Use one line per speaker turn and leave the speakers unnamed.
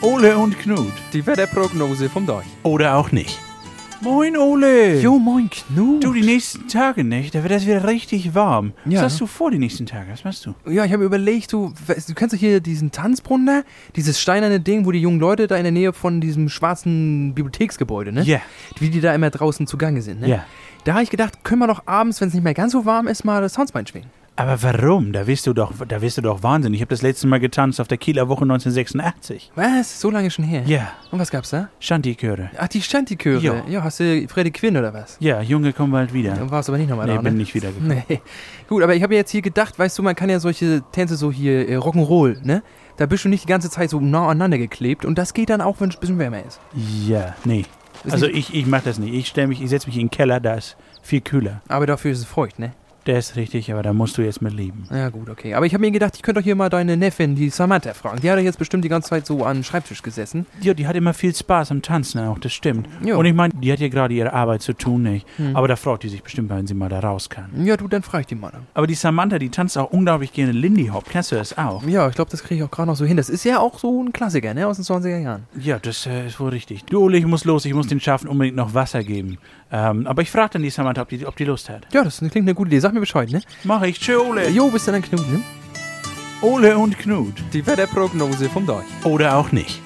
Ole und Knut.
Die Wetterprognose vom Deich.
Oder auch nicht. Moin, Ole.
Jo, moin Knut.
Du, die nächsten Tage nicht. Da wird es wieder richtig warm.
Ja.
Was hast du vor die nächsten Tage? Was machst du?
Ja, ich habe überlegt, du, weißt- du kennst doch hier diesen Tanzbrunnen da? Dieses steinerne Ding, wo die jungen Leute da in der Nähe von diesem schwarzen Bibliotheksgebäude, ne?
Ja.
Wie die da immer draußen zugange sind, ne?
Ja.
Da habe ich gedacht, können wir doch abends, wenn es nicht mehr ganz so warm ist, mal das Tanzbein schwingen.
Aber warum? Da wirst du doch, da wirst du doch Wahnsinn. Ich habe das letzte Mal getanzt auf der Kieler Woche 1986.
Was? So lange schon her?
Ja,
Und was gab's da?
Shanti-Chöre.
Ach, die Shanty-Chöre.
Jo.
Ja, hast du Freddy Quinn oder was?
Ja, Junge, komm bald wieder.
Dann war es aber nicht nochmal
Nee,
da, ne?
bin nicht wiedergekommen.
Nee. Gut, aber ich habe jetzt hier gedacht, weißt du, man kann ja solche Tänze so hier äh, Rock'n'Roll, ne? Da bist du nicht die ganze Zeit so nah aneinander geklebt und das geht dann auch, wenn es ein bisschen wärmer ist.
Ja, nee.
Ist
also
nicht-
ich, ich mach das nicht. Ich stell mich, ich setze mich in den Keller, da ist viel kühler.
Aber dafür ist es feucht, ne?
Der ist richtig, aber da musst du jetzt mit leben.
Ja, gut, okay. Aber ich habe mir gedacht, ich könnte doch hier mal deine Neffin, die Samantha, fragen. Die hat doch jetzt bestimmt die ganze Zeit so an den Schreibtisch gesessen.
Ja, die hat immer viel Spaß am Tanzen auch, das stimmt.
Ja.
Und ich meine, die hat ja gerade ihre Arbeit zu tun, nicht?
Hm.
Aber da freut die sich bestimmt, wenn sie mal da raus kann.
Ja, du, dann frage ich die mal. an.
Aber die Samantha, die tanzt auch unglaublich gerne Lindy Hop. Kennst du das auch?
Ja, ich glaube, das kriege ich auch gerade noch so hin. Das ist ja auch so ein Klassiker, ne? Aus den 20er Jahren.
Ja, das äh, ist wohl richtig. Du, Ole, ich muss los. Ich muss den Schafen unbedingt noch Wasser geben. Ähm, aber ich frage dann die Samantha, ob die, ob die Lust hat.
Ja, das klingt eine gute Idee. Sag mir Bescheid, ne?
Mach ich. Tschö, Ole.
Jo, bist du dann Knut, ne?
Ole und Knut.
Die Wetterprognose vom Deich.
Oder auch nicht.